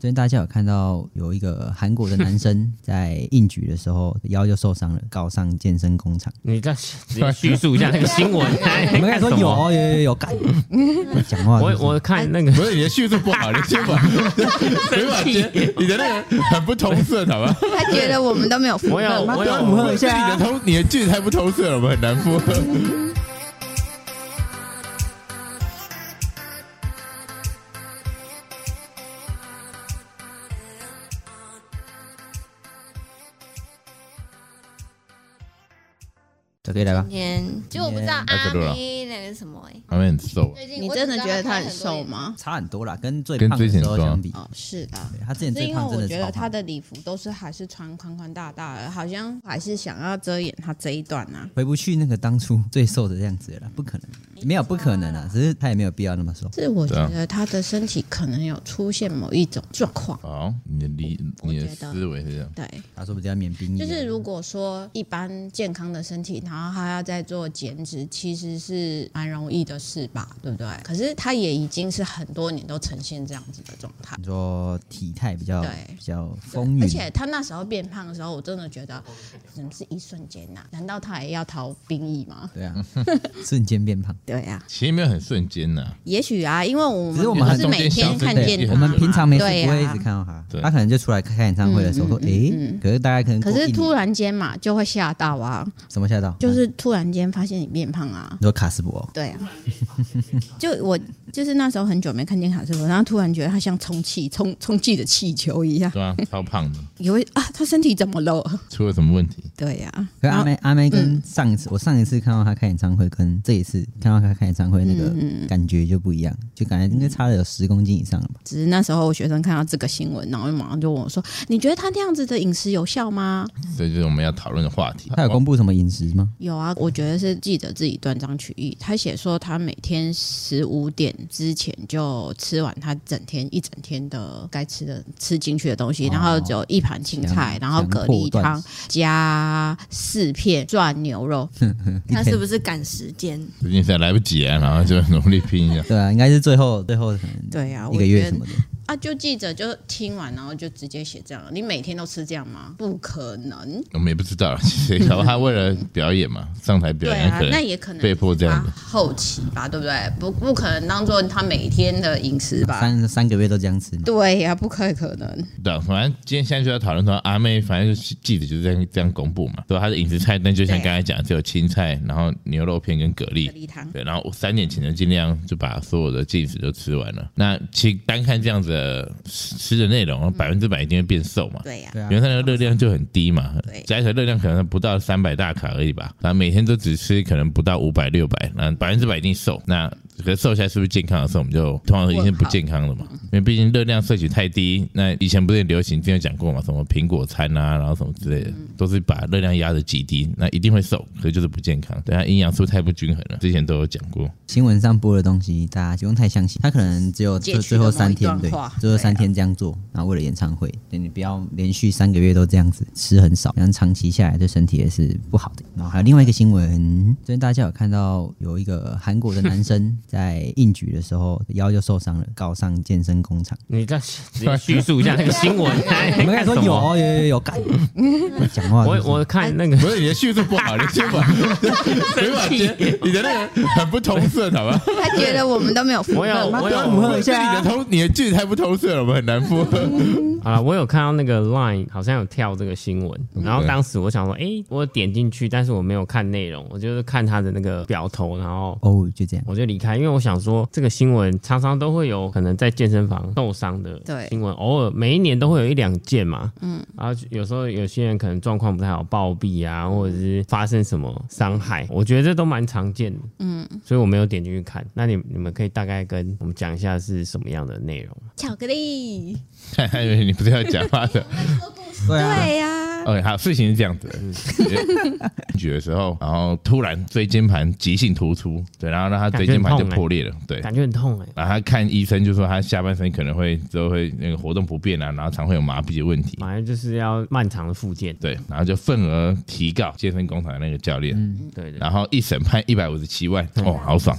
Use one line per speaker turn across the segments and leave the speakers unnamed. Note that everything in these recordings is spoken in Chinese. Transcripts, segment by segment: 昨天大家有看到有一个韩国的男生在硬举的时候腰就受伤了，告上健身工厂。
你再直接叙述一下那个新闻。
我们刚才说
看什
有
么
哦有有有干，讲话
我
就是
我看那个
不是你的叙述不 好，你的新闻没法接，你的那个很不通顺，好吧？
他觉得我们都没 有福
我有
分吗？
我有
符合一下
你的通，你的句太不通顺了，我们很难 复合。
可以来吧
今。天，就我不知道
哎可多了
阿咪那个什么哎，
他们很瘦，
最近
你
我只
真的觉得
知道
他很
很
瘦？吗？
差很多啦，跟最
跟
胖的
之前
时候
说
相比，
哦，是的。
对他之前
是
最
因为
胖真
我
的
觉
是
得
超
他
胖。
的礼服都是还是穿宽宽大大的，好像还是想要遮掩他这一段啊。
回不去那个当初最瘦的样子了啦，不可能，没有不可能啊，只是他也没有必要那么瘦。
是我觉
对啊
得他的身体可能有出现某一种状况。
好，你的理，
我
你的
觉得
思维是这样。
对，
他说不定要免兵役
嗯就
啊，
是如果说一般健康的身体，然后他要再做减脂，其实是蛮容易的事吧，对不对？可是他也已经是很多年都呈现这样子的状态。
你说体态比较
对
比较丰腴，
而且他那时候变胖的时候，我真的觉得怎么是一瞬间呐、难道他也要逃兵役吗？
对啊，瞬间变胖。
对呀、
其实没有很瞬间呐，
也许啊，因为我
只是我
们
们很
不是每天看见他
我
嘛，
们平常没事
对啊
不会一
呀、
直看到他，
对
他可能就出来开演唱会的时候说，
嗯嗯
诶，
嗯嗯
可是大家可能
可
过一
是
年
突然间嘛，就会吓到啊，
什么吓到？
就
啊
是突然间发现你变胖啊。
你说卡斯伯哦，
对 啊，就我就是那时候很久没看见卡斯伯，然后突然觉得他像充气充充气的气球一样，
对啊，超胖的，
以为啊他身体怎么了？
出了什么问题？
对啊呀、
可是
然
阿
后嗯
妹阿妹跟上一次我上一次看到她开演唱会，跟这一次看到她开演唱会那个
嗯
感觉就不一样，就感觉应该差了有十公斤以上了吧？
只是那时候我学生看到这个新闻，然后马上就问我说：“你觉得他那样子的饮食有效吗
所以就是我们要讨论的话题。
她有公布什么饮食吗？”？
有啊，我觉得是记者自己断章取义。他写说他每天十五点之前就吃完他整天一整天的该吃的吃进去的东西，
哦
然后只有一盘青
强
菜，然后
强
蛤蜊
迫断
汤加四片涮牛肉。
他是不是赶时间？
最近实在来不及啊，然后就努力拼一下。
对啊，应该是最后最后可能
对啊，
一
我
个
觉
月
得
什么的，
啊，就记者就听完，然后就直接写这样。你每天都吃这样吗？不可能。
我们也不知道，其实 然后他为了表演嘛，上台表
对
演
啊
可，
那
能
也可能
被迫这样子。
后期吧，对不对？不不可能当做他每天的饮食吧？
三三个月都这样吃嘛？
对呀、不可可能。
对啊，反正今天现在就要讨论说阿妹，反正就是记者就是这样这样公布嘛，对吧？她的饮食菜单就像
对啊
刚才讲，只有青菜，然后牛肉片跟蛤蜊
蛤。蜊汤，
对，然后我三点前就尽量就把所有的进食都吃完了。那其实单看这样子的吃吃的内容，百分之百一定会变瘦嘛。
对呀、
对啊
原，来的热量就很低嘛
对，
加起来热量可能不到三百大卡而已吧。然后每天都只吃可能不到五百六百，那百分之百一定瘦。那可是瘦下来是不是健康的时候，我们就通常已经不健康了
嗯
嘛，因为毕竟热量摄取太低。那以前不是也流行之前讲过嘛，什么苹果餐啊，然后什么之
嗯
类的，都是把热量压得极低，那一定会瘦，可是就是不健康。对啊，营养素太不均衡了，之前都有讲过。
新闻上播的东西大家就不用太相信，他可能只有
截
最
取
最
的
后
某
三
一
天
段
对
话，
最后
对啊
三天这样做，然后为了演唱会，对你不要连续三个月都这样子吃很少，这样长期下来对身体也是不好的。然后还有另外一个新闻，昨天大家有看到有一个韩国的男生在硬举的时候腰就受伤了，告上健身工厂。
你再直接叙述一下那个新闻。
我
你
们刚才说有哦有有有啊干，讲话
我
就是
我看那个
不是你的叙述不好，你的新 闻没法接，你的那个很不通顺，好吧？
他觉得我们都没有福
我有
分吗？
我有
符合一下
你的通，你的句太不通顺了，我们很难复合。
好了，我有看到那个 Line 好像有跳这个新闻，然后当时我想说，诶，我点进去，但是我没有看内容，我就是看他的那个表头，然后。
哦就这样。
我就离开，因为我想说，这个新闻常常都会有可能在健身房受伤的
对
新闻，偶尔每一年都会有一两件嘛。嗯，然后有时候有些人可能状况不太好，暴毙啊，或者是发生什么伤害，我觉得这都蛮常见的。嗯，所以我没有点进去看。那你你们可以大概跟我们讲一下是什么样的内容吗？
巧克力，
还以为你不是要讲话的。
对啊，
对呀、
OK，好，事情是这样子的，举的时候，然后突然椎间盘急性突出，对，然后让他椎间盘就破裂了，对。
感觉很痛哎、
然后他看医生就说他下半身可能会之后会那个活动不便啊，然后常会有麻痹的问题，
马上就是要漫长的复健。
对，然后就份额提告健身工厂的那个教练，
对对，
然后一审判一百五十七万，哦，好爽，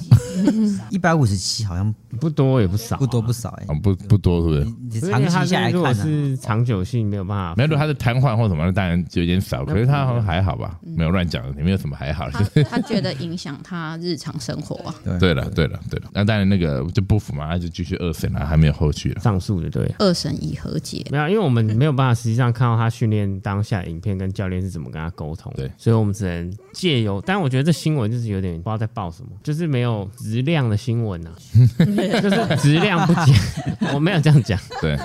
一百五十七好像
不多也不少啊、
不多不少哎、
啊不不多是不是？
你
所以
长
他
期
是
下来
如果
看啊，
是长久性没有办法，
啊没有，如果他是瘫痪或什么，那当然就有点少。可是他好像还好吧，没有乱讲，你没有什么还好。就
他
是
他觉得影响他日常生活啊，
对了，对了，对了。那当然那个就不服嘛，他就继续二审了，还没有 后续了。
上诉的对了。
二审已和解，
没有，因为我们没有办法实际上看到他训练当下的影片跟教练是怎么跟他沟通，
对，
所以我们只能借由，但我觉得这新闻就是有点不知道在报什么，就是没有质量的新闻啊，就是质量不佳， 我没有这样讲，
对，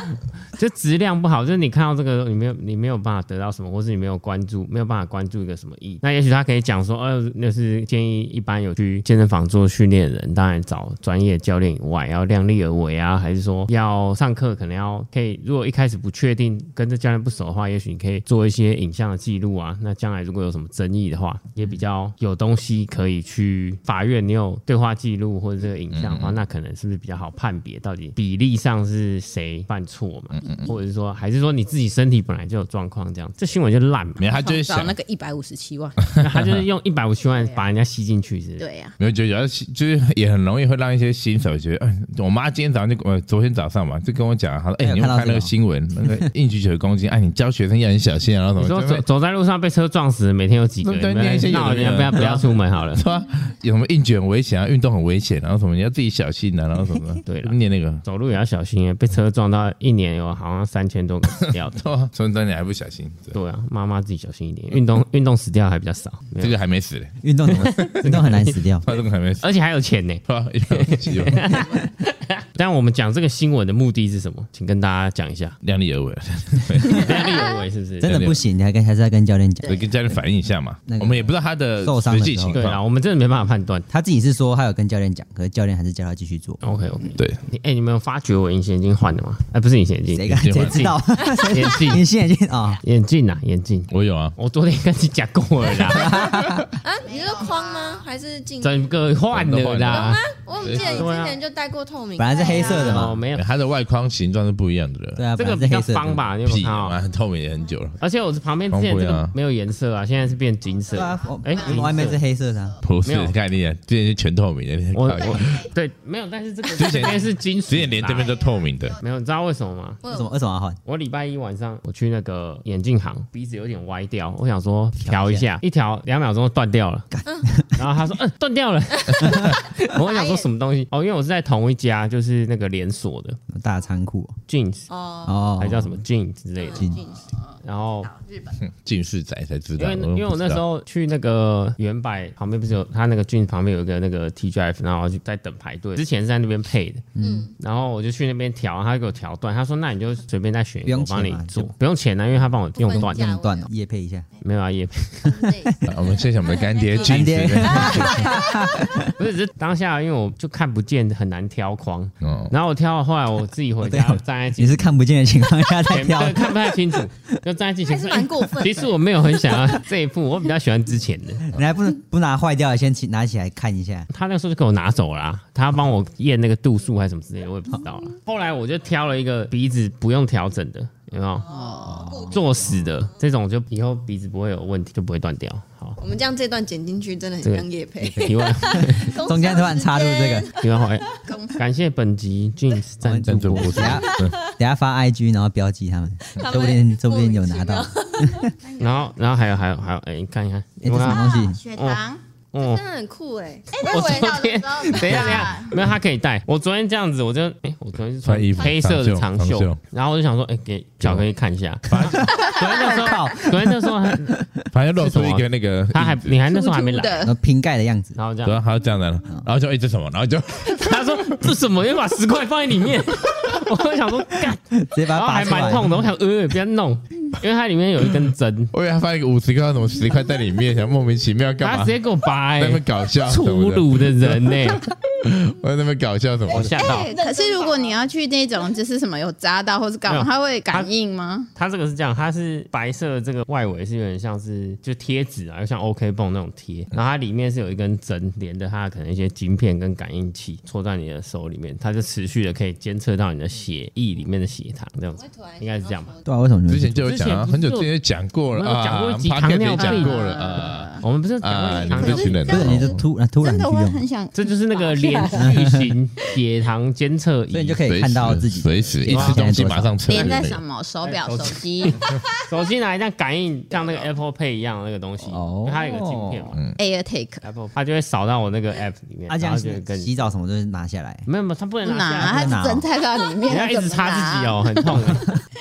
就质量不好，就是你看到这个，你没有你没有办法得到什么，或是你没有关注，没有办法关注一个什么意义。那也许他可以讲说，呃，那是建议一般有去健身房做训练的人，当然找专业教练以外，要量力而为啊，还是说要上课可能要可以，如果一开始不确定跟这教练不熟的话，也许你可以做一些影像的记录啊。那将来如果有什么争议的话，也比较有东西可以去法院，你有对话记录或者这个影像的话，那可能是不是比较好判别到底比例上是谁犯错嘛？或者是说，还是说你自己身体本来就有状况这样？这新闻就烂 嘛，
没有，他啊就是
找
想
那个一百五十七万，
那他就是用一百五十万把人家吸进去，是不是？
对呀、
没有，就有就是也很容易会让一些新手觉得，哎，我妈今天早上就呃，昨天早上嘛，就跟我讲，她说，哎，
哎
你有没
看到
有看
这
那
个
个新闻，那个硬举九公斤，哎，你教学生要很小心啊，然后
你
什
说
么，
走
就
走在路上被车撞死，每天有几个？
对
你们
念一些有的
那我
没有的。
不要不要出门好了
啊 说有什么硬举很危险啊，运动很危险，然后什么你要自己小心啊，然后什么，
对啦
就念那个，。
走路也要小心啊！被车撞到一年有好像三千多个死掉的
说说真的你还不小心，对
对啊，妈妈自己小心一点。运动运动死掉还比较少，没有
这个还没死嘞，
运动怎么运动很难死掉，
他这个还没死，
而且还有钱 呢。
啊，一百五十七万。
但我们讲这个新闻的目的是什么？请跟大家讲一下
量力而为，
量力而为是不是？
真的不行，你还跟还是要跟教练讲
对，。跟家人反映一下嘛
那，个
我们也不知道他的
受伤
实
的
际
时
情
候
对
况
啊，，我们真的没办法判断。
他自己是说他有跟教练讲，可是教练还是叫他继续做。
OK OK，
对，
你哎、你们有发觉我隐形眼镜换了吗？哎、不是隐形眼
谁
镜，
敢谁知 道？
眼 镜，
你现在已经啊，
眼镜啊，眼镜。
我有啊，
我昨天跟你讲过了啦，
啊，你是框吗？还是镜？
整个换了啦
啊。，我怎么记得你
对啊
之前就戴过透明，
本来是黑色的嘛
哦，没有，
它的外框形状是不一样的了
对。啊，
这
本来
个
是
比较
黑色的
方，吧？你有没有
屁
看到？
啊，透明也很久了。
而且我旁边之前
方
这
不一样
个
啊
没有颜色啊，现在是变金色
对啊，我。
哎，
我外面
银
是
色
黑色的啊，
不是
没有，
你看你眼之前是全透明的，你
我
看
我对没有，但是这个
之前
这边是金属，
之前连这边都透明的，
没有，你知道为什么吗？
我
为
有
什么为什么要换？
我礼拜一晚上我去那个眼镜行，鼻子有点歪掉，我想说调一下，一调两秒钟就断掉了。 然后他说：“嗯，断掉了。”我想说什么东西？哦，因为我是在同一家，就是那个连锁的
大仓库
Jeans，
哦，
哦，
还叫什么 Jeans 之类的。
进
然后
日本
近视仔才知
因
道。
为因为我那时候去那个原百旁边不是有他那个俊旁边有一个那个 TGF，然后我就在等排队，之前是在那边配的，嗯，然后我就去那边调，他就给我调断，他说那你就随便再选一
不
个，
用
我帮
钱
你
嘛
做
就，
不用钱啊呢、因为他帮我用
不
断
分，
用断了，叶配一下，
没有啊也
类的
不知道啊我们现在我们的 干爹近
爹
视，
不是只是当下因为我就看不见，很难挑框，
哦，
然后我挑到后来我自己回
对
家
哦
站在 镜
你是看不见的情况下在
前面
跳
对，看不太清楚，就站在镜前
还是蛮过分的
其实我没有很想要这一步，我比较喜欢之前的。
你还不能不拿坏掉，先起拿起来看一下。
他那时候就给我拿走了啊、他帮我验那个度数还是什么之类的，我也不知道了。后来我就挑了一个鼻子不用调整的，有没有？做死的这种，就以后鼻子不会有问题，就不会断掉。好，
我们这样这段剪进去真的
这
很
个
像叶配，
题外
中间突然插入这个，
题外话，哎感谢本集 Jeans 赞
赞
助
助
播
不
出
是嗯
等。下等下发 IG，然后标记他们，说不定说不定有 拿到。哎
然后，然后还有还有还有，哎、你看一看，
哎，这
你
什
看
么
看，
东西？
血糖，
啊哦
真。的很酷哎。
那味道的时候
哦
怎么办，
等一下，等一下，没有，他可以戴。我昨天这样子，我就，哎、我昨天是
穿衣服
黑色的长
长袖
袖，然后我就想说，哎、给巧克力看一下。昨天那时候，昨天那时候还，
反正露出一个那个，
他还，你还那时候还没来，
然后瓶盖的样子，
然后这样
对，啊，还要这样的，
嗯
然后就一直什么，然后就，
他说这什么？又把十块放在里面， 我就想说干，
直接把它
然后
拔
还
出
蛮
来。
痛的，我想呃不要弄，因为它里面有一根针
我以为他放一个五十块，什么十块在里面，想莫名其妙干
他
嘛
直？接给我拔哎、
在那边搞笑什
粗
么的，
鲁的人呢、 哎
我在那边搞笑什么
我
的，
吓到。
可是如果你要去那种就是什么有扎到或是干
没
嘛，
有
它会感应吗？
它这个是这样，它是白色的这个外围是有点像是就贴纸啊，又像 OK 绷那种贴，然后它里面是有一根针连着它的可能一些晶片跟感应器戳在你的手里面，它就持续的可以监测到你的血液里面的血糖这样子，应该是这样吧？
对啊，为什么你们
之前就有讲
之前不
啊，
是
很久之前就讲过了
我有
啊，
讲过一集
podcast
糖尿
也
病
讲过了啊，
我们不是
啊，
讲过
你们
糖
这
尿
群人
不是你就突然突然
真
去
的会
用，
很想，
这就是那个连续型血糖监测仪，
啊所以你就可以
随
哎看到
时
自己
随时一
哇
吃东西马上测的
连
那
在
个
什么手表、
哎手
手
机
机。
手机拿来这样感应，像那个 Apple Pay 一样的那个东西，
哦嗯
因为它有个镜片嘛
AirTag，
，Apple Pay，它就会扫到我那个 App 里面，
啊，这样
然后就会跟
洗洗澡什么都是拿下来，
没有没有，它不能
不
拿下
拿，
来，
它针在它 里面，
你要一直擦自己
哦。
哦，很痛的。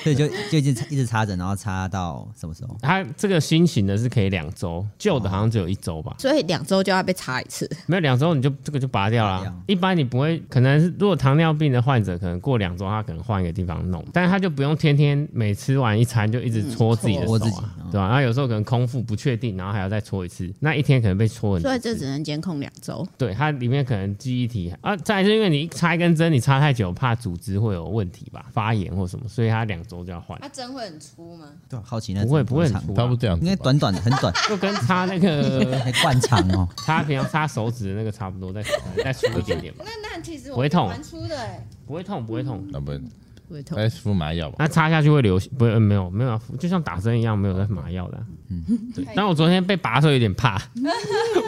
所以就就一直一直插着，然后插到什么时候？
它这个新型的是可以两周，旧的好像只有一周吧，
所以两周就要被擦一次，
没有两周你就这个就拔掉
拔
了
掉。
一般你不会，可能是如果糖尿病的患者，可能过两周他可能换一个地方弄，但是他就不用天天每吃完一餐就一直搓自己的手
搓自己
啊，对吧、然后有时候可能空腹不确定，然后还要再搓一次，那一天可能被搓很多
所以
次
就只能监控两周。
对，它里面可能记忆体啊，再来是因为你插一根针，你插太久，怕组织会有问题吧，发炎或什么，所以它两周就要 换。
它针会很粗吗？
对，好奇那
啊不会不会
长
很，粗、
差
啊
不多，这样
应该
子吧。
短短的，很短，
就跟插那个
还灌肠哦。
插平常插手指的那个差不多，再再粗一点点吧，
那那其实
不会痛
蛮粗的哎，
不会痛不会痛。
那不然
会痛
那是敷麻药吧？
那插下去会流血，不会、呃没有没有啊，就像打针一样，没有在麻药的啊、
嗯
对，但我昨天被拔的时候有点 怕，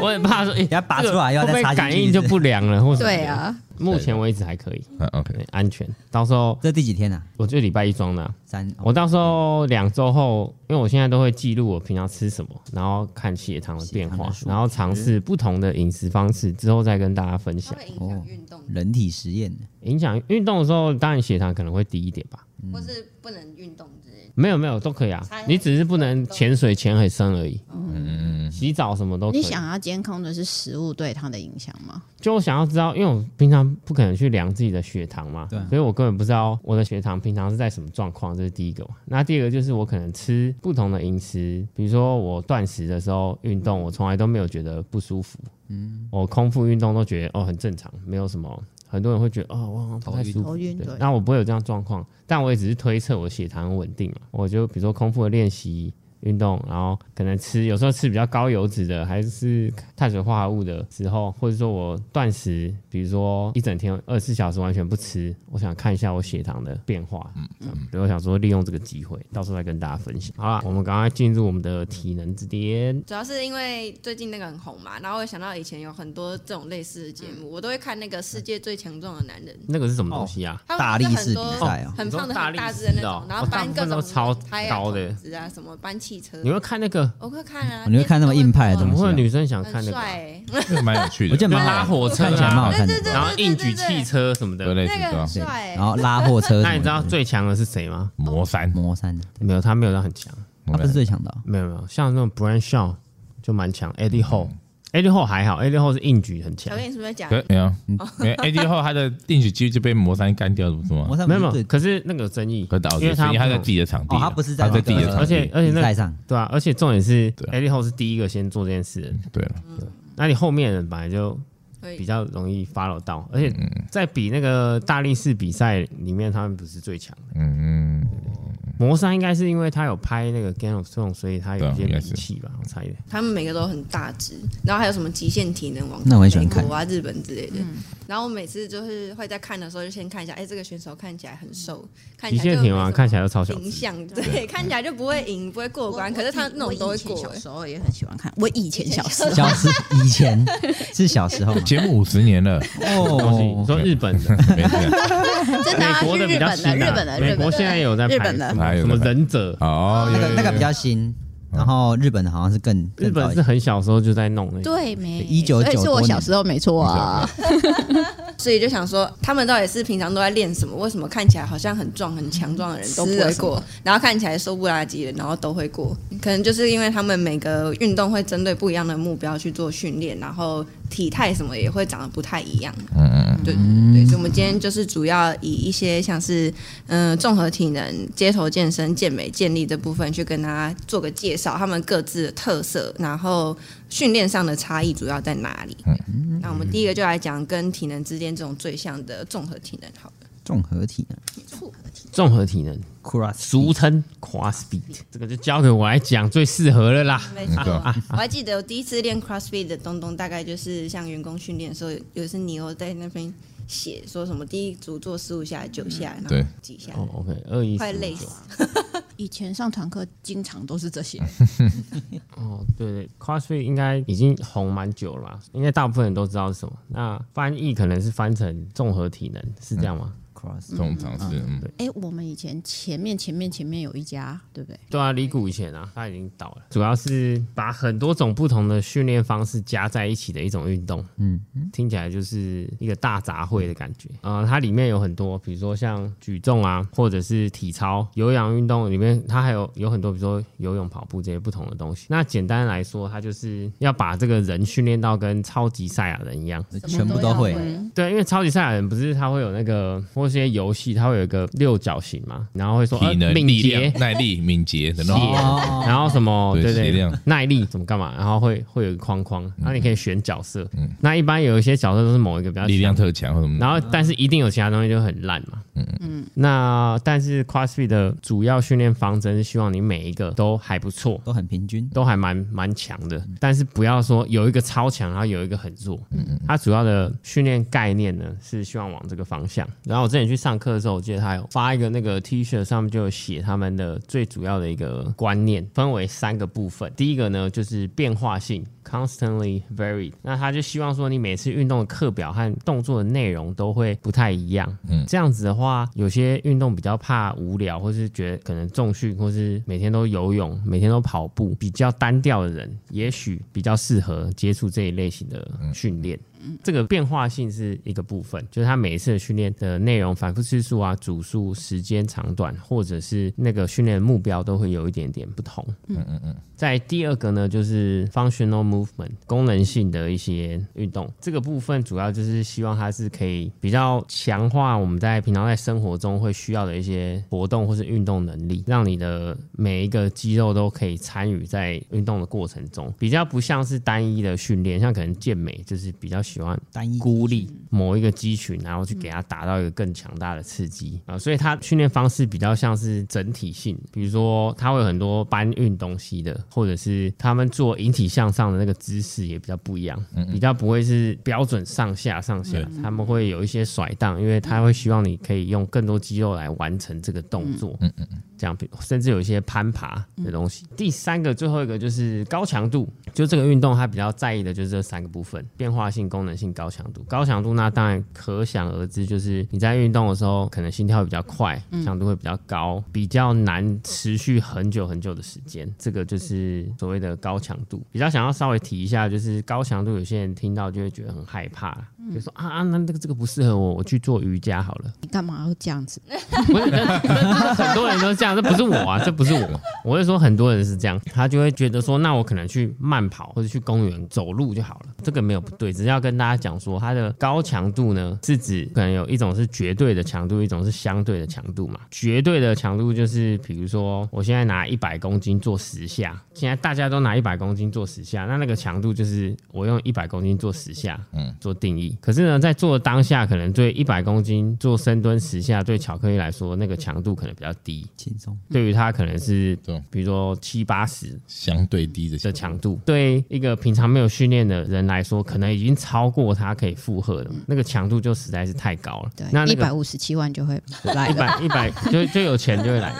我很怕说，哎、
给它拔出来
这个
要再
会不
插
会
进去
感应就不良了，或什么的
对，啊，
目前为止还可以，
嗯，OK，
对，安全。到时候
这第几天啊？
我就礼拜一装的啊、
三，哦
我到时候两周后，因为我现在都会记录我平常吃什么，然后看血糖的变
血糖
化
的，数值
然后尝试不同的饮食方式，之后再跟大家分
它
嗯
享。
会影响运动，
人体实验
影响运动的时候，当然血糖可能会低一点吧。
或是不能运动之类的。
没有没有都可以啊
才，
你只是不能潜水潜很深而已。
嗯，
洗澡什么都可以。
你想要监控的是食物对它的影响吗？
就我想要知道，因为我平常不可能去量自己的血糖嘛，
对啊
所以我根本不知道我的血糖平常是在什么状况，这是第一个嘛。那第二个就是我可能吃不同的饮食，比如说我断食的时候运动，我从来都没有觉得不舒服，嗯，我空腹运动都觉得哦很正常，没有什么。很多人会觉得哦，我好像不太舒服，
头晕嗯
对
对
那我不会有这样状况，但我也只是推测我血糖很稳定嘛。啊我就比如说空腹的练习。运动，然后可能吃，有时候吃比较高油脂的，还是碳水化合物的时候，或者说我断食，比如说一整天二十四小时完全不吃，我想看一下我血糖的变化。嗯嗯，所以我想说利用这个机会，到时候再跟大家分享。好了，我们赶快进入我们的体能之巅。
主要是因为最近那个很红嘛，然后我想到以前有很多这种类似的节目，我都会看那个《世界最强壮的男人》。
那个是什么东西啊？
他
大
们
力
不是
士
很
比
多
赛哦
很胖
你说
的、很
大
大
力士
只的那
哦
种，然后
哦大
搬
部
各
分都
种
超
胎啊、
高的
桶子啊，什么搬汽车。
你会看那个？
我会看啊，
哦你会看那么硬派的
怎
东
么
西
会有女生想
电
看那
视很
个啊、
帅欸、
这个蛮有趣的。
我觉得
就
蛮好
拉火车
看起来蛮好
啊，
看的，
然后硬举汽车什么
都
的。
类似
那
这
个很
样。
帅欸、
然后拉货车什么的。
那你知道最强的是谁吗？
魔山，
魔山的，
没有，他没有到很强。
他不是最强的哦，
没有没有，像那种 Brian Shaw 就蛮强，Eddie Hall，Eddie Hall 还好，Eddie Hall 是硬举很强
小。燕你是不是在讲？
可没有，
哦
没有 AD 哎后他的定举机就被魔山干掉，不是吗
魔？山不
没
是
有没
最
有，可是那个有争议
可导，
因为
致
他
他他在
不
自己的场地
哦
啊，，
他不是在
他在自己的
那个
场
而且
地，
而且
比
那
赛
个
上，
对啊，而且重点是
对
Eddie Hall 是第一个先做这件事的，
对了，
那你后面的人本来就
可以
比较容易 follow 到，而且
嗯
在比那个大力士比赛里面，他们不是最强的。
嗯，
魔山应该是因为他有拍那个 Game of Thrones，所以他有一
对啊
些
应该
名
是
气吧，我猜的。
他们每个都很大只，然后还有什么极限体能王，
那我很喜欢看
美国啊、日本之类的。然后我每次就是会在看的时候，就先看一下，哎、这个选手看起来很瘦，看
极
起来
限
就
体王啊看起
来
来都超小
影
只，
响，对，看起来就不会赢，不会过关。可是他那种都会
我以前
过
小，时候也很喜欢看，我以前小时候
小时以前 是小时候吗？
节目五十年了，
东西你
哦，
说日本 的，
没事 啊
真的啊，去
美国的比
日
较
本
新
的，
啊，
日本的，
美
日
国
本
现在
的，
也有在
日
拍
本的啊
什
还
么
有
什么
在拍
忍者，
哦，
那
有
个
有
那个
有
比较新，然后日本的好像是更
嗯日
更早
本
一
是
点，
很小时候就在弄那个。
对没？
1999
所以是我小时候没错啊，
所以就想说，他们到底是平常都在练什么？为什么看起来好像很壮、很强壮的人都不
吃了
会
什
过，然后看起来瘦不拉几的，然后都会过？可能就是因为他们每个运动会针对不一样的目标去做训练，然后体态什么也会长得不太一样。
嗯嗯，
对对，所以我们今天就是主要以一些像是嗯、呃、综合体能、街头健身、健美、健力这部分去跟大家做个介绍，他们各自的特色，然后训练上的差异主要在哪里？那我们第一个就来讲跟体能之间这种最像的综合体能好了。
综合体呢
综合体能，俗
，cross，
称 CrossFit，这个就交给我来讲最适合了啦。
没
错啊
我还记得我第一次练 CrossFit 的东东，大概就是像员工训练的时候，有有一次你欧在那边写说什么第一组做十五下、九下，然
对
哦
后几下，
哦，OK，二一
快累
四
死
九，
以前上团课经常都是这 些，
哦，对对，CrossFit 应该已经红蛮久了吧？应该大部分人都知道是什么。那翻译可能是翻成综合体能，是这样吗？
cross
通常是嗯，
哎，我们以前前面前面前面有一家，对不对？
对啊，李谷以前啊，他已经倒了，主要是把很多种不同的训练方式加在一起的一种运动，嗯，听起来就是一个大杂烩的感觉。呃，它里面有很多，比如说像举重啊，或者是体操、有氧运动里面，它还有有很多，比如说游泳、跑步这些不同的东西。那简单来说，它就是要把这个人训练到跟超级赛亚人一样，
全部都会，
对，因为超级赛亚人不是他会有那个或是一些游戏，他会有一个六角形嘛，然后会说呃
体能、
敏
力
捷
量、、耐力、敏捷等等。
哦
然后什么
对
对对
力量
耐力怎么干嘛，然后会会有一个框框，然后你可以选角色。那一般有一些角色都是某一个比较强
嗯力量，特强或什么的，
然后但是一定有其他东西就很烂嘛。嗯嗯。那但是 CrossFit 的主要训练方针是希望你每一个都还不错，
都很平均。
都还蛮蛮强的，但是不要说有一个超强，然后有一个很弱。嗯它主要的训练概念呢是希望往这个方向。然后我之前去上课的时候，我记得他有发一个那个 T 恤，上面就有写他们的最主要的一个观念，分为三个部分。第一个呢就是变化性 （constantly varied），那他就希望说你每次运动的课表和动作的内容都会不太一样。嗯，这样子的话，有些运动比较怕无聊，或是觉得可能重训，或是每天都游泳、每天都跑步，比较单调的人，也许比较适合接触这一类型的训练。这个变化性是一个部分，就是他每一次的训练的内容、反复次数啊、组数、时间长短，或者是那个训练的目标，都会有一点点不同。嗯嗯嗯。在第二个呢，就是 functional movement 功能性的一些运动，这个部分主要就是希望它是可以比较强化我们在平常在生活中会需要的一些活动或是运动能力，让你的每一个肌肉都可以参与在运动的过程中，比较不像是单一的训练，像可能健美就是比较喜欢
单一
孤立某一个肌群，然后去给它达到一个更强大的刺激啊、所以它训练方式比较像是整体性，比如说它会有很多搬运东西的，或者是他们做引体向上的那个姿势也比较不一样，比较不会是标准上下上下，他们会有一些甩荡，因为他会希望你可以用更多肌肉来完成这个动作，这样，甚至有一些攀爬的东西。第三个，最后一个就是高强度，就这个运动它比较在意的就是这三个部分：变化性、功能性、高强度。高强度那当然可想而知，就是你在运动的时候，可能心跳会比较快，强度会比较高，比较难持续很久很久的时间。这个就是所谓的高强度。比较想要稍微提一下，就是高强度，有些人听到就会觉得很害怕，就说啊啊，那这个这个不适合我，我去做瑜伽好了。
你干嘛要这样子？
不是，但但很多人都这样，这不是我啊，这不是我。我是说，很多人是这样，他就会觉得说，那我可能去慢跑或者去公园走路就好了，这个没有不对，只是要跟大家讲说，它的高强度呢是指可能有一种是绝对的强度，一种是相对的强度嘛。绝对的强度就是比如说，我现在拿一百公斤做十下，现在大家都拿一百公斤做十下，那那个强度就是我用一百公斤做十下，做定义。可是呢，在做的当下，可能对一百公斤做深蹲十下，对巧克力来说，那个强度可能比较低，
轻松，
对于它可能是
懂，
比如说七八十
相对低的
的强度，对一个平常没有训练的人来说，可能已经超过它可以负荷了，那个强度就实在是太高了。
对
那，那
一
个
百五十七万就会来
一
了。
百一 百就就有钱就会来，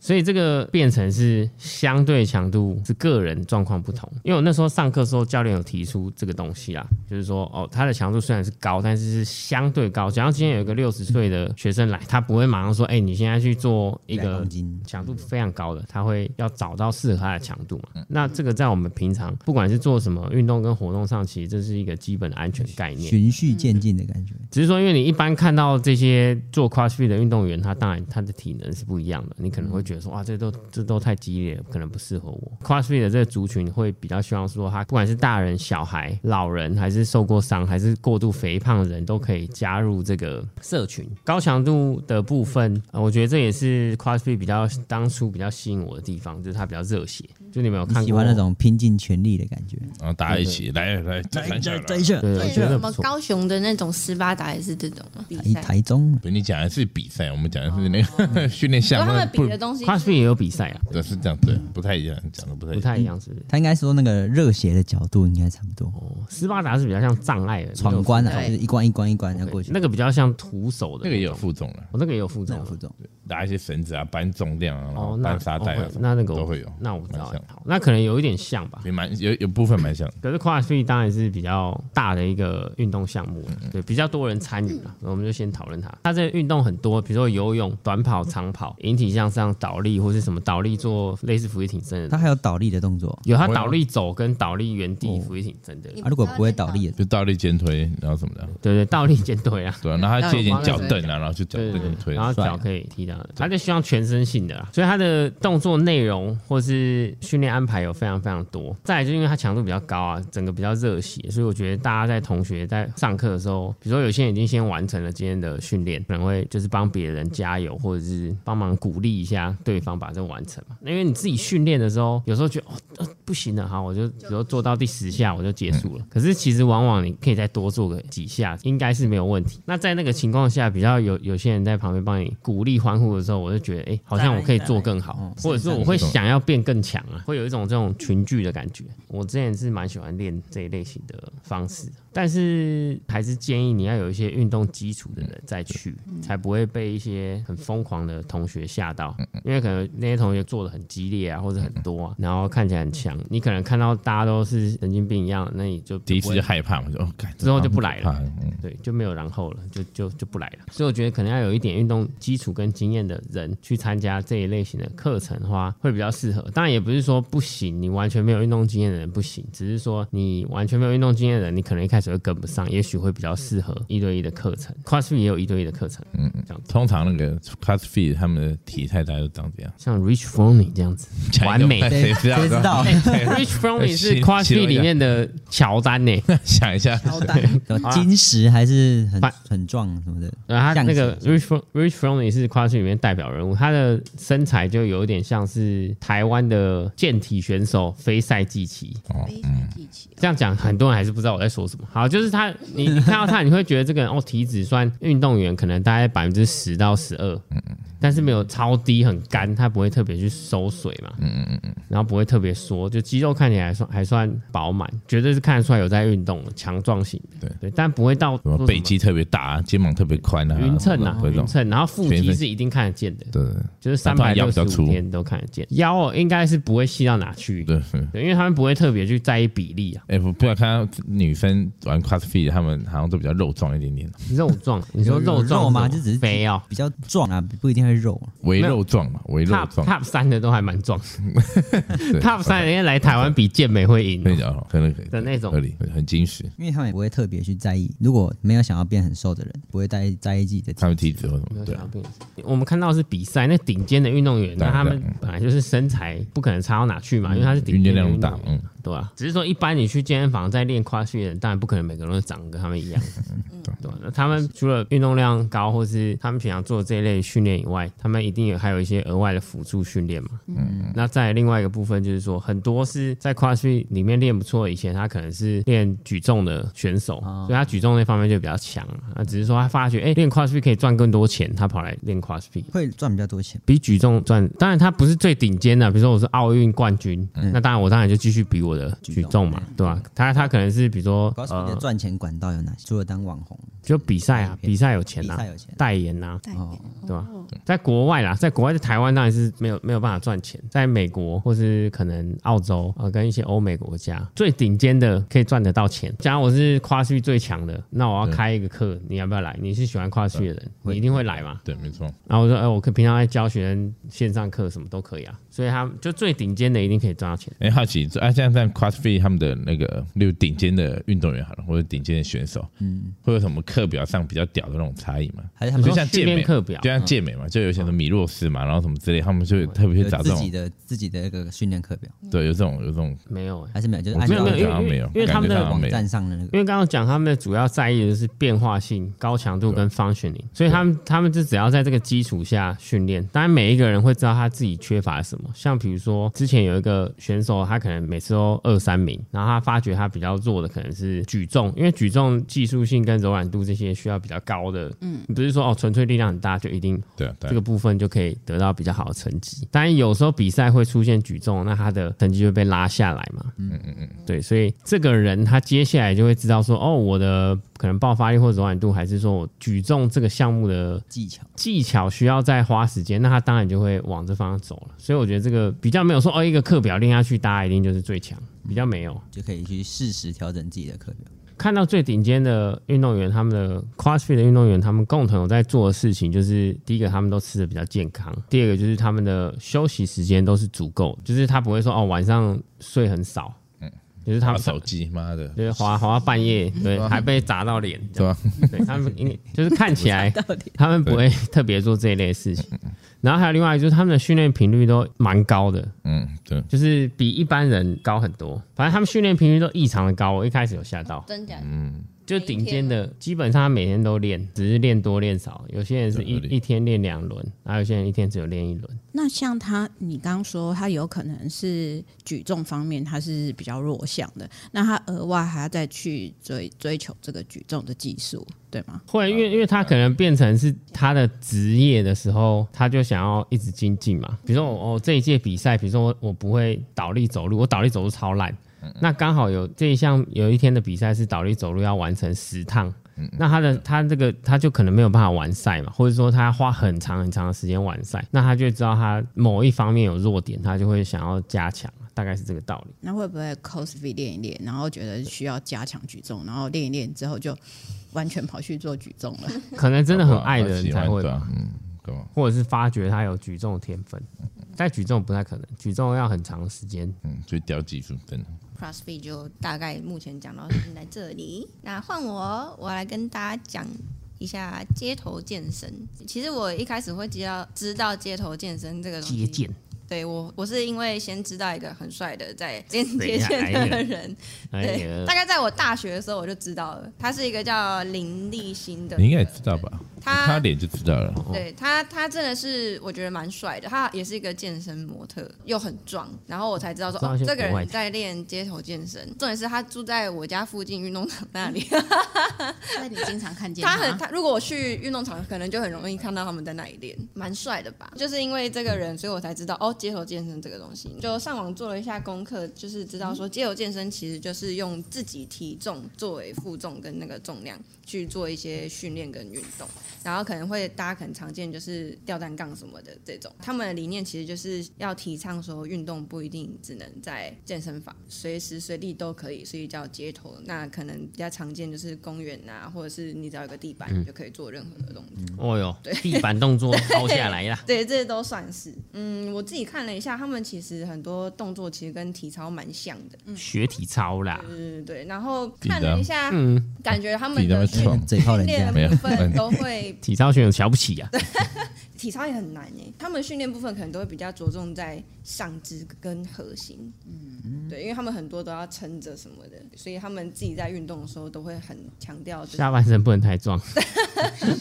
所以这个变成是相对强度是个人状况不同。因为我那时候上课的时候，教练有提出这个东西啦，就是说哦，他的强度虽然是高，但是是相对高。假如今天有一个六十岁的学生来，他不会马上说，哎、你现在去做一
两
个
公斤
强度非常高的，他会要找到适合他的强度嘛。那这个在我们平常不管是做什么运动跟活动上，其实这是一个基本的安全概念。
循序渐进的感觉。
只是说，因为你一般看到这些做 CrossFit 的运动员，他当然他的体能是不一样的，你可能会觉得说，哇，这都这都太激烈了，可能不适合我。CrossFit 的这个族群会比较希望说，他不管是大人、小孩、老人，还是受过伤，还是过度肥胖的人，都可以加入这个社群。高强度的部分，呃我觉得这也是 CrossFit 比较当初比较吸引我的地方，就是它比较热血。就你们有
你
看过
喜欢那种拼尽全力的感觉，
然后大家一起来来来
再
来，
再一下，
对，我
对，
觉得
什
很
么
不错。
高雄的那种斯巴达也是这种吗比
台
赛，
台中
对你讲的是比赛，我们讲的是那个训练
然
项
后他
目
们，比
不
的东西
CrossFit 也有比赛啊，
对是这样对，不太一样，讲的不
不
太一样。
太一样是不是？
他应该说那个热血的角度应该差不多，
斯巴达是比较像障碍的
闯关啊，
对
就是一关一关一关要过去。
那个比较像徒手的哦
那个也有负重了，
我那个也有负重
那种副，总，
拉一些绳子啊，搬重量啊，然后
哦，那
搬沙袋啊
哦，那那个我
都会有，
那我知道欸
蛮像，
好那可能有一点像吧。
也蛮有有部分蛮像的。
可是 CrossFit 当然是比较大的一个运动项目，
嗯
对，比较多人参与了，
嗯
我们就先讨论它。它这个运动很多，比如说游泳、短跑、长跑、引体向上、倒立或是什么倒立做类似俯卧撑的
他还有倒立的动作
有他
我有
倒立走跟倒立原
哦
地俯卧撑的，
啊，如果不会倒立的，
就倒立肩推，然后什么的，
对 对，倒立肩推啊，
对啊，然后他借一点
那有
脚
帮
凳啊，然后就脚
对
凳
对
跟
对，
推啊
然，后
帅
脚可以踢到的，他就希望全身性的啦，所以他的动作内容或是训练安排有非常非常多。再来就是因为他强度比较高啊，整个比较热血，所以我觉得大家在同学在上课的时候，比如说有些人已经先完成了今天的训练，可能会就是帮别人加油，或者是帮忙鼓励一下对方把这完成嘛。因为你自己训练的时候，有时候觉得哦、呃不行了，好，我就比如说做到第十下我就结束了。可是其实往往你可以再多做个几下，应该是没有问题。那在那个情况下，比较有有些人在旁边帮你鼓励欢呼的时候，我就觉得哎、好像我可以做更好，或者说我会想要变更强啊，会有一种这种群聚的感觉。我之前是蛮喜欢练这一类型的方式，但是还是建议你要有一些运动基础的人再去，才不会被一些很疯狂的同学吓到，因为可能那些同学做的很激烈啊，或者很多啊，然后看起来很强，你可能看到大家都是神经病一样，那你就
第一次
不会
就害怕嘛，就哦，干
之后就不来了
这好像很可怕嗯，
对，就没有然后了，就就就不来了。所以我觉得可能要有一点运动基础跟经验的人去参加这一类型的课程的话，会比较适合。当然也不是说不行，你完全没有运动经验的人不行，只是说你完全没有运动经验的人，你可能一开始会跟不上，也许会比较适合一对一的课 程。CrossFit 也有一对一的课程，嗯，这样子，
通常那个 CrossFit 他们的体态大家都长 这样，
像 Rich Froning 这样子，完 美。
谁 知道？
谁知道？
Rich Froning 是
形
CrossFit 里面的乔丹呢、
想一 下，
乔丹，
金石还是很
反
很壮什么的，
然后他那个
象棋
Rich Fro- Rich Froning 是 CrossFit 里面代表人物，他的身材就有点像是台湾的健体选手非赛季奇。
非常地气
这样讲，很多人还是不知道我在说什么。好，就是他，你你看到他，你会觉得这个人哦，体脂算运动员可能大概百分之十到十二，但是没有超低很干，他不会特别去收水嘛，嗯嗯嗯，然后不会特别缩，就肌肉看起来还算还算饱满，绝对是看得出来有在运动的，强壮型的，对对，但不会到
什
说什
么
么
背肌特别大，肩膀特别宽啊，
匀称啊
不，会这
匀
种
称，然后腹肌
全身
是一定看得见的，
对对
就是三
那当
百
然腰
六
比
十
较
五
粗
天都看得见。腰哦应该是不会细到哪去，
对对。
对，因为他们不会特别去在意比例啊，
哎、我不要看到女生玩 CrossFit，她们好像都比较肉壮一点点，
肉壮，你说肉壮
肉吗？
是什
就
么
只是
肥哦。
比较壮啊，不一定会肉。
微肉壮嘛，微肉
Top
壮。
Top 三的都还蛮壮
对
，Top 三人家来台湾比健美会赢哦
跟你讲，哦可能可以
的那种
合理，很很精实，
因为他们也不会特别去在意，如果没有想要变很瘦的人，不会在意在意自己的体
嗯
他们体脂或什
没
么，
有
对
想要
啊，
变成我们看到是比赛，那顶尖的运动员，
当
那
然
他们
当然嗯
本来就是身材不可能差到哪去嘛，因为他是顶
运
尖
动
的
量
运动
大
员，，
嗯，
对啊，只是说一般你去健身房在练跨训的人，当然不可能每个人都长跟他们一样，对吧、那他们除了运动量高，或是他们平常做这一类训练以外，他们一定有还有一些额外的辅助训练嘛。嗯，那再来另外一个部分就是说，很多是在跨训里面练不错，以前他可能是练举重的选手，所以他举重那方面就比较强。啊，只是说他发觉，哎、练跨训可以赚更多钱，他跑来练跨训。
会赚比较多钱。
比举重赚，当然他不是最顶尖的，比如说我是奥运冠军，那当然我当然就继续比我的嗯举重嗯嘛，对吧、他他可能是比如说
CrossFit 的
呃，
赚钱管道有哪些？除了当网红，
就比赛啊，比赛有钱
比
呐、
赛有钱，
代言呐、
代言，
对吧、在国外啦，在国外，在台湾当然是没有没有办法赚钱，在美国或是可能澳洲啊、呃跟一些欧美国家，最顶尖的可以赚得到钱。假如我是跨区最强的，那我要开一个课，你要不要来？你是喜欢跨区的人，你一嗯定会来嘛？
对，没错，
然后我说，哎、我可平常在教学生线上课什么都可以啊，所以他们就最顶尖的一定可以赚到钱。
哎、好奇，啊，像在 CrossFit 他们的那个六顶尖的运动员好了，或者顶尖的选手，嗯，会有什么课表上比较屌的那种差异吗？
还是他
你
们
就
说
像
训
健
练
美啊
课表
就像健美嘛，就有些什么米洛斯嘛，然后什么之类，他们就特别去找
有
这
自己
种，
的自己的一个训练课表，
对，有这种有这种，
没有、欸，
还是没有？就是
我
按
觉
照
得
没有没有
好像没有，
因为因为他们的
感觉上好像
网
没有
站上的那个
因为刚刚讲他们的主要在意的是变化性、高强度跟方选 n 所以他们他们就只要在这个基础下训练。当然，每一个人会知道他自己缺乏什么。像比如说，之前有一个选手，他可能每次都二三名，然后他发觉他比较弱的可能是举重，因为举重技术性跟柔软度这些需要比较高的，嗯，不是说哦纯粹力量很大就一定
对啊，对
这
啊
个部分就可以得到比较好的成绩。当然有时候比赛会出现举重，那他的成绩就被拉下来嘛。嗯嗯嗯，对，所以这个人他接下来就会知道说，哦，我的可能爆发力或柔软度，还是说我举重这个项目的
技巧。
技巧需要再花时间，那他当然就会往这方向走了。所以我觉得这个比较没有说哦，一个课表练下去，大家一定就是最强，比较没有。
就可以去适时调整自己的课表。
看到最顶尖的运动员，他们的 CrossFit 的运动员，他们共同有在做的事情，就是第一个，他们都吃的比较健康；第二个，就是他们的休息时间都是足够的，就是他不会说哦晚上睡很少，嗯，就是他
滑
们
手机，妈的，
就是滑滑到半夜，对，还被砸到脸，
对吧？
对他们应嗯就是看起来他们不会特别做这一类事情。然后还有另外就是他们的训练频率都蛮高的，
嗯，对，
就是比一般人高很多。反正他们训练频率都异常的高，我一开始有吓到。
真假？
就顶尖的，基本上他每天都练，只是练多练少。有些人是一
对
一天练两轮，然后有些人一天只有练一轮。
那像他，你刚刚说他有可能是举重方面他是比较弱项的，那他额外还要再去追追求这个举重的技术，对吗？
会，
啊
因为因为他可能变成是他的职业的时候，他就想要一直精进嘛。比如说
嗯
我、哦、这一届比赛，比如说我我不会倒立走路，我倒立走路超烂。
嗯
那刚好有这一项有一天的比赛是倒立走路要完成十趟，
嗯
那他的他这个他就可能没有办法完赛嘛，或者说他要花很长很长的时间完赛，那他就知道他某一方面有弱点，他就会想要加强，大概是这个道理。
那会不会 cosplay 练一练，然后觉得需要加强举重，然后练一练之后就完全跑去做举重了？
可能真的很爱的
他
人
喜欢
才会
对
吧
啊，嗯，干嘛？
或者是发觉他有举重的天分，但举重不太可能，举重要很长时间。
嗯，就屌技术，真的。
CrossFit 就大概目前讲到现在这里。 那换我，我来跟大家讲一下街头健身。其实我一开始会知道知道街头健身这个东
接
西，
见，
对我我是因为先知道一个很帅的在街
谁
街
呀
健
哎
身
呀
的人，
哎
对，
呀
大，概在我大学的时候我就知道了，他是一个叫林立新的，
你应该也知道吧？
他
他脸就知道了。
哦
对他，他真的是我觉得蛮帅的，他也是一个健身模特，又很壮。然后我才知道说，
知道
哦
一，些
这个
国外
人
的
在练街头健身。重点是他住在我家附近运动场 那里，
那你经常看见
他很他如果我去运动场，可能就很容易看到他们在那里练，蛮帅的吧？就是因为这个人，所以我才知道哦，街头健身这个东西。就上网做了一下功课，就是知道说街头健身其实就是用自己体重作为负重跟那个重量去做一些训练跟运动，然后可能会大家很常见就是吊单杠什么的这种。他们的理念其实就是要提倡说运动不一定只能在健身房，随时随地都可以，所以叫街头。那可能比较常见就是公园啊，或者是你只要有个地板，
嗯
你就可以做任何的动作。，
哦哟，地板动作抛下来啦
对，这都算是。嗯，我自己看了一下，他们其实很多动作其实跟体操蛮像的。
学体操啦，
对对对。然后
嗯己
看了一下，
嗯，
感觉他
自
们
己在那
的
边
训
爽
哎嘴炮人
练
家
的
没有
部分都会，
体操选手瞧不起啊，
体操也很难耶。他们训练部分可能都会比较着重在上肢跟核心。嗯，对，因为他们很多都要撑着什么的，所以他们自己在运动的时候都会很强调这
下半身不能太 壮，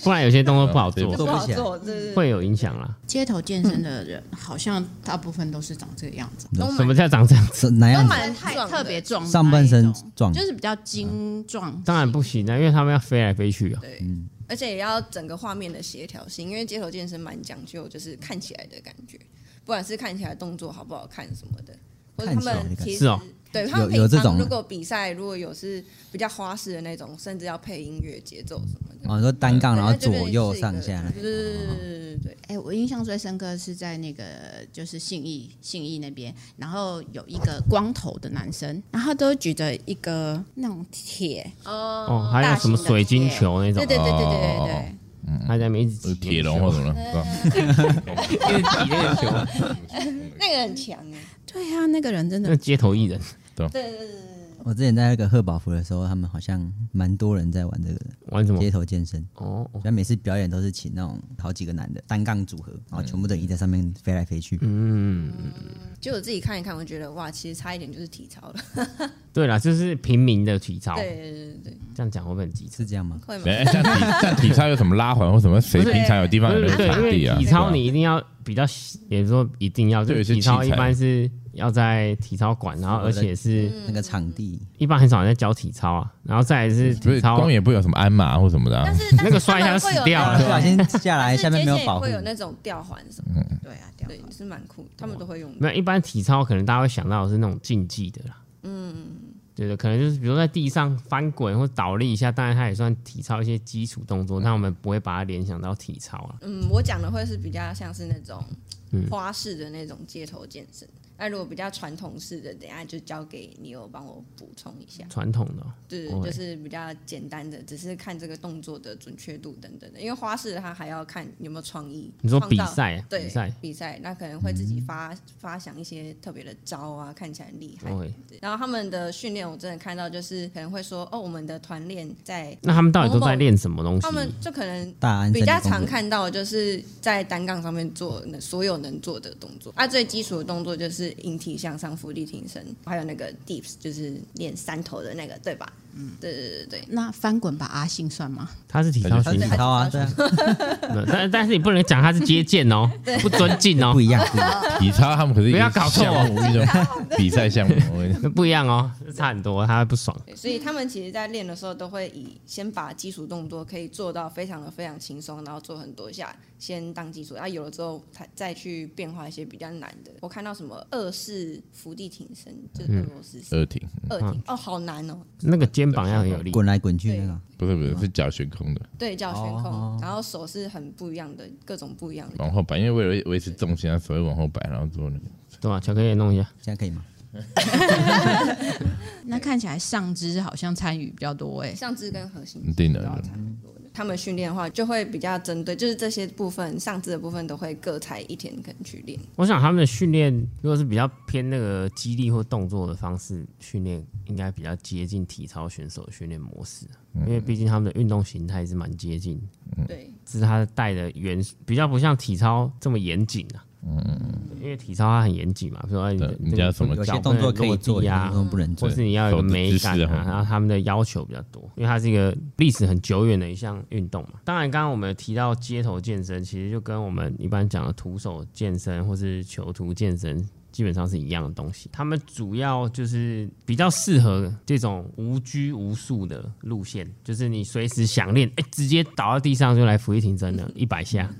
不然有些动作不好
这不
做，
不
好
起来
做，对对对。
会有影响啦。
街头健身的人，好像大部分都是长这个样子，
都
什么
蛮
叫长这样？
是哪
都
样子？
蛮太
壮的
特别壮的那一种，
上半身壮
就是比较精壮，
当然不行啊，因为他们要飞来飞去啊。
对，而且也要整个画面的协调性，因为街头健身蛮讲究，就是看起来的感觉，不管是看起来动作好不好看什么的，或者
看
他
起来的感
们
觉
其实
是哦
对他们
有有这
平常
种
如果比赛如果有是比较花式的那种，甚至要配音乐节奏什么的，
哦，你说单杠，
对
然后
那就变
左
成
右
是一个
上下，
对对对对对对，
哎、我印象最深刻是在那个就是信义信义那边，然后有一个光头的男生，然后他都举着一个那种铁，
哦，还有什么水晶球那
对
种，
对对对对对对，
他在那边一直
呃
挤
铁笼或什么的，是吧
一直挤那个球，
那个很强哎，
对啊，那个人真
那
的
街头艺人
我之前在那个贺宝福的时候，他们好像蛮多人在玩这个的
玩什么
街？头健身，
哦，
所以每次表演都是请那种好几个男的单杠组合，然后全部的人在上面飞来飞去。
就我自己看一看，我觉得哇，其实差一点就是体操了，
对啦，就是平民的体操，
对对对对，对
这样讲会不会很机车？
是这样吗？
会吗？
哎，像体像体操有什么拉环或什么，谁
不是
平常有地方有
对
那个
对，
场
因为
地啊？
体
对吧
操你一定要比较，也不是说一定要，就
对
是
是
体操
器
一
材
般是要在体操馆，然后而且是
嗯
那个场地，
一般很少人在教体操啊，然后再来是
不
体
是
操啊
公，园不会有什么鞍马或什么的、啊
但，是
那个摔一下死掉
不
了
小心下来，下面没有保护
会，有那种吊环什么，
对啊，这样
对，是蛮酷，他们都会用的。
没有一般体操可能大家会想到的是那种竞技的啦，嗯，对的，可能就是比如说在地上翻滚或倒立一下，当然它也算体操一些基础动作，但我们不会把它联想到体操啊。
嗯，我讲的会是比较像是那种花式的那种街头健身。那如果比较传统式的，等一下就交给你有帮我补充一下。
传统的哦、
对，
OK
就是比较简单的，只是看这个动作的准确度等等的。因为花式它还要看有没有创意。
你说
创
比
造
赛啊，
对
比赛，嗯
比赛，那可能会自己发、发想一些特别的招啊，看起来很厉害。
对。
对然后他们的训练，我真的看到就是可能会说，哦，我们的团练在，
那他们到底都在练什么东西
他？们就可能
大安森
比
林
较
公园
常看到的就是在单杠上面做能所有能做的动作。啊，最基础的动作就是引体向上、伏地挺身，还有那个 dips，就是练三头的那个，对吧？嗯，对对对对对。
那翻滚吧阿信算吗？
他是体操
他是
选
体
手，
操 啊，对啊，
但但是你不能讲他是接见哦，不尊敬哦
不，一样，不一 样。
体操他们可是一个
不要搞错
项目，一种 比赛项目。我跟你讲
那不一样哦，差很多，他会不爽。
对所以他们其实，在练的时候都会以先把基础动作可以做到非常的非常轻松，然后做很多下，先当基础。啊，有了之后，才再去变化一些比较难的。我看到什么二式伏地挺身，就是俄罗斯式
二挺
二挺，哦，好难哦。
那个肩膀要很有力，
滚来滚去那个，
不是不是是脚悬空的
对，叫悬空，
哦
然后手是很不一样的，各种不一样的。
往后摆，因为为了维持重心，他所谓往后摆，然后做那个。
对吧？巧克力也弄一下，
现在可以吗？
那看起来上肢好像参与比较多哎、
上肢跟核心
一定的
都要差很多的。他们训练的话，就会比较针对，就是这些部分上肢的部分都会各才一天，可能去练。
我想他们的训练如果是比较偏那个肌力或动作的方式训练，应该比较接近体操选手的训练模式，因为毕竟他们的运动形态是蛮接近，
对，
只是他带的元素比较不像体操这么严谨啊。嗯，因为体操它很严谨嘛，比如说
对你要什么
脚
有些动作可以做，有
呀、
些动作不能做
或。是你要有个美感
手的姿势
啊
啊，
然后他们的要求比较多，因为它是一个历史很久远的一项运动嘛。当然，刚刚我们有提到街头健身，其实就跟我们一般讲的徒手健身或是囚徒健身。基本上是一样的东西，他们主要就是比较适合这种无拘无束的路线，就是你随时想练，哎、直接倒到地上就来伏地挺身
嗯
了，一百下，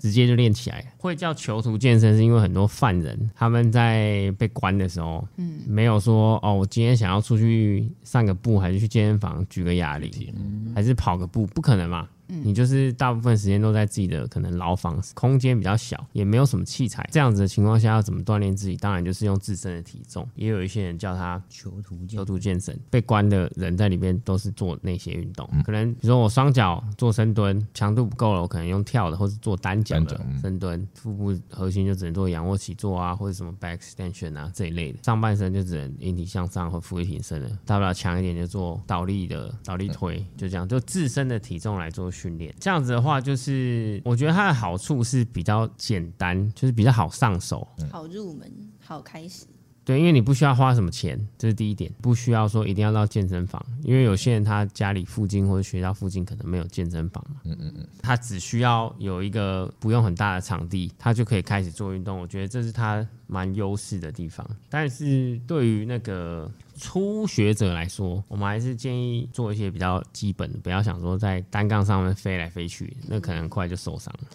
直接就练起来。会叫囚徒健身，是因为很多犯人他们在被关的时候，嗯，没有说哦，我今天想要出去散个步，还是去健身房举个哑铃，嗯还是跑个步，不可能嘛。你就是大部分时间都在自己的可能牢房，空间比较小，也没有什么器材，这样子的情况下要怎么锻炼自己？当然就是用自身的体重。也有一些人叫他
囚徒
囚
就
徒健身，被关的人在里面都是做那些运动，
嗯
可能比如说我双脚做深蹲，强度不够了，我可能用跳的，或是做单脚的
单脚嗯
深蹲，腹部核心就只能做仰卧起坐啊，或者什么 back extension 啊这一类的，上半身就只能引体向上和俯卧挺身了，大不了强一点就做倒立的倒
嗯
立推，就这样，就自身的体重来做训练。这样子的话，就是我觉得它的好处是比较简单，就是比较好上手，
好入门，好开始。
对，因为你不需要花什么钱，这是第一点，不需要说一定要到健身房，因为有些人他家里附近或者学校附近可能没有健身房嘛，嗯嗯嗯，他只需要有一个不用很大的场地，他就可以开始做运动，我觉得这是他蛮优势的地方。但是对于那个初学者来说，我们还是建议做一些比较基本的，不要想说在单杠上面飞来飞去，那可能很快就受伤了。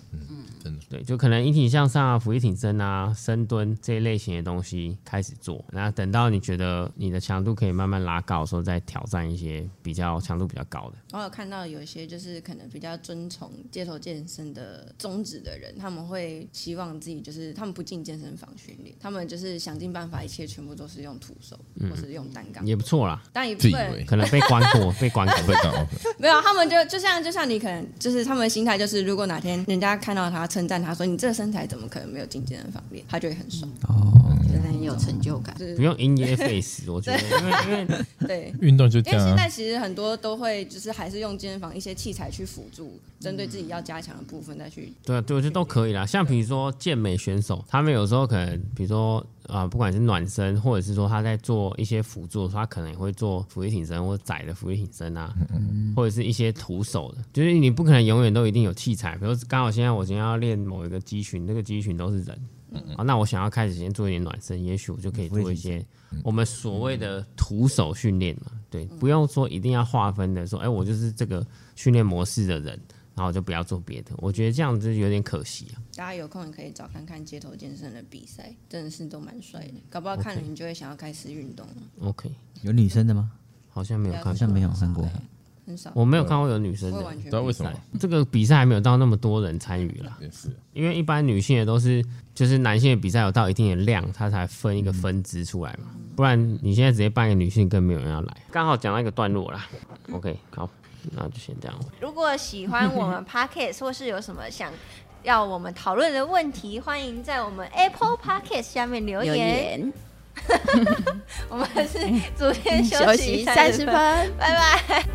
对，就可能引体向上啊、俯卧挺身啊、深蹲这一类型的东西开始做，那等到你觉得你的强度可以慢慢拉高的时候，再挑战一些比较强度比较高的。
我有看到有一些就是可能比较遵从街头健身的宗旨的人，他们会希望自己就是他们不进健身房训练，他们就是想尽办法，一切全部都是用徒手、或是用单杠。
也不错啦，
但一
嗯
部
自以
分
为
可能被关过，被关过，
在搞
没有，他们就就像就像你可能就是他们的心态就是，如果哪天人家看到他称赞他说你这个身材怎么可能没有进健身房练，他就会很爽。
觉得很有成就感。
就是
不用 in your face，我觉得， 因为因为
对，
运动就这
因为
样嗯啊
现在。其实很多都会就是还是用健身房一些器材去辅助，针对自己要加强的部分再去。
对啊对，我觉得都可以啦。像比如说健美选手，他们有时候可能，比如说啊、呃不管是暖身，或者是说他在做一些辅助的时候，他可能也会做俯卧挺身或窄的俯卧挺身啊，或者是一些徒手的。就是你不可能永远都一定有器材，比如说刚好现在我今天要练某一个肌群，那个肌群都是人。啊，那我想要开始先做一点暖身，也许我就可以做一些我们所谓的徒手训练嘛，对，不用说一定要划分的说，哎、我就是这个训练模式的人，然后就不要做别的，我觉得这样子有点可惜啊。
大家有空也可以找看看街头健身的比赛，真的是都蛮帅
嗯
的，搞不好看了你就会想要开始运动。
OK，
有女生的吗？
好像没有
好
看，
像没有看过。
很少，
我没
啊
有看过有女生
我也
的
完。全
知道为什么？
这个比赛还没有到那么多人参与啦，
也是
因为一般女性的都是就是男性的比赛有到一定的量，它才分一
嗯
个分支出来嘛，不然你现在直接办一个女性，更没有人要来。刚好讲到一个段落啦，OK，好，那就先这样。
如果喜欢我们 Podcast 或是有什么想要我们讨论的问题，欢迎在我们 Apple Podcast 下面留
留
言。
言， 嗯
我们是昨天
休
休
息
息
三
三
十
十
分
分，。拜拜。